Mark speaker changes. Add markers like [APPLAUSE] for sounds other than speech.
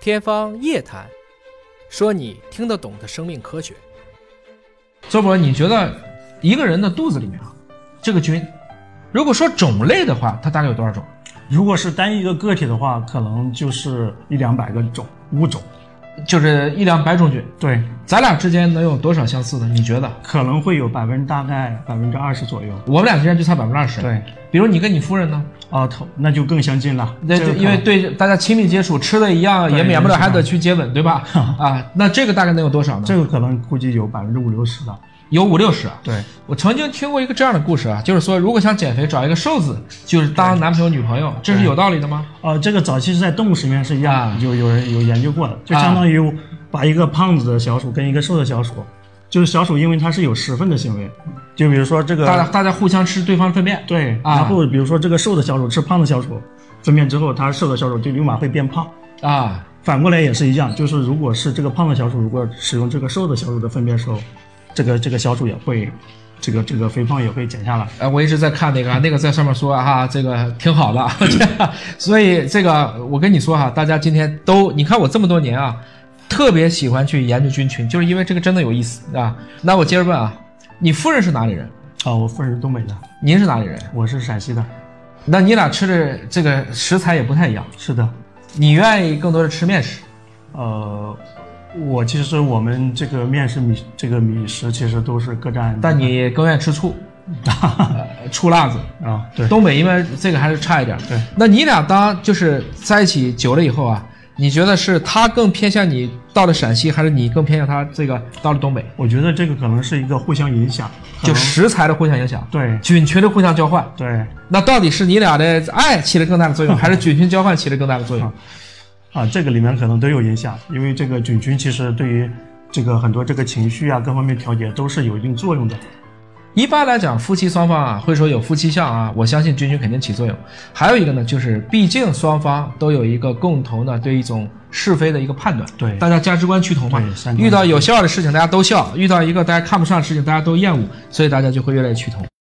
Speaker 1: 天方夜谭，说你听得懂的生命科学。
Speaker 2: 周博，你觉得一个人的肚子里面啊，这个菌，如果说种类的话，它大概有多少种？
Speaker 3: 如果是单一个个体的话，可能就是一两百个种物种，
Speaker 2: 就是一两百种菌，
Speaker 3: 对，
Speaker 2: 咱俩之间能有多少相似的？你觉得？
Speaker 3: 可能会有百分之大概百分之二十左右。
Speaker 2: 我们俩之间就差百分之二十。
Speaker 3: 对，
Speaker 2: 比如你跟你夫人呢？
Speaker 3: 啊，头那就更相近了。
Speaker 2: 那
Speaker 3: 这
Speaker 2: 就
Speaker 3: 个可
Speaker 2: 因为
Speaker 3: 能
Speaker 2: 对大家亲密接触，吃的一样，
Speaker 3: 对
Speaker 2: 也免不了
Speaker 3: 是的
Speaker 2: 还得去接吻，对 [LAUGHS] 吧？啊，那这个大概能有多少呢？
Speaker 3: 这个可能估计有百分之五六十的。
Speaker 2: 有五六十啊。
Speaker 3: 对，
Speaker 2: 我曾经听过一个这样的故事啊，就是说如果想减肥，找一个瘦子，就是当男朋友女朋友，这是有道理的吗？
Speaker 3: 呃，这个早期是在动物实验室一
Speaker 2: 啊
Speaker 3: 样，有有人有研究过的，就相当于把一个胖子的小鼠跟一个瘦的小鼠，就是小鼠因为它是有食粪的行为，就比如说这
Speaker 2: 大家
Speaker 3: 个
Speaker 2: 大家互相吃对方粪便，
Speaker 3: 对，
Speaker 2: 啊
Speaker 3: 然后比如说这个瘦的小鼠吃胖的小鼠粪便之后，它瘦的小鼠就立马会变胖。
Speaker 2: 啊，
Speaker 3: 反过来也是一样，就是如果是这个胖的小鼠，如果使用这个瘦的小鼠的粪便时候，这个这个小鼠也会，这个这个肥胖也会减下来。
Speaker 2: 呃，我一直在看那个，那个在上面说啊，这个挺好的， [LAUGHS] 所以这个我跟你说哈，大家今天都，你看我这么多年啊，特别喜欢去研究菌群，就是因为这个真的有意思啊。那我接着问啊，你夫人是哪里人？
Speaker 3: 啊、我夫人是东北的，
Speaker 2: 您是哪里人？
Speaker 3: 我是陕西的，
Speaker 2: 那你俩吃的这个食材也不太一样，
Speaker 3: 是的，
Speaker 2: 你愿意更多的吃面食
Speaker 3: 呃，我其实我们这个面食米这个米食其实都是各占，
Speaker 2: 但你更愿意吃醋， [LAUGHS] 呃醋辣子。
Speaker 3: 啊嗯对
Speaker 2: 东北因为这个还是差一点。
Speaker 3: 对，
Speaker 2: 那你俩当就是在一起久了以后啊，你觉得是他更偏向你到了陕西，还是你更偏向他这个到了东北？
Speaker 3: 我觉得这个可能是一个互相影响，可
Speaker 2: 就
Speaker 3: 能
Speaker 2: 食材的互相影响，
Speaker 3: 对
Speaker 2: 菌群的互相交换。
Speaker 3: 对
Speaker 2: 那到底是你俩的爱起了更大的
Speaker 3: [LAUGHS]
Speaker 2: 作用，还是菌群交换起了更大的作用？
Speaker 3: 啊，这个里面可能都有影响，因为这个菌群其实对于这个很多这个情绪啊各方面调节都是有一定作用的。
Speaker 2: 一般来讲，夫妻双方啊，会说有夫妻相啊，我相信菌群肯定起作用。还有一个呢，就是毕竟双方都有一个共同的对一种是非的一个判断，
Speaker 3: 对
Speaker 2: 大家价值观趋同嘛
Speaker 3: 对三。观
Speaker 2: 遇到有效的事情，大家都笑；遇到一个大家看不上的事情，大家都厌恶，所以大家就会越来越趋同。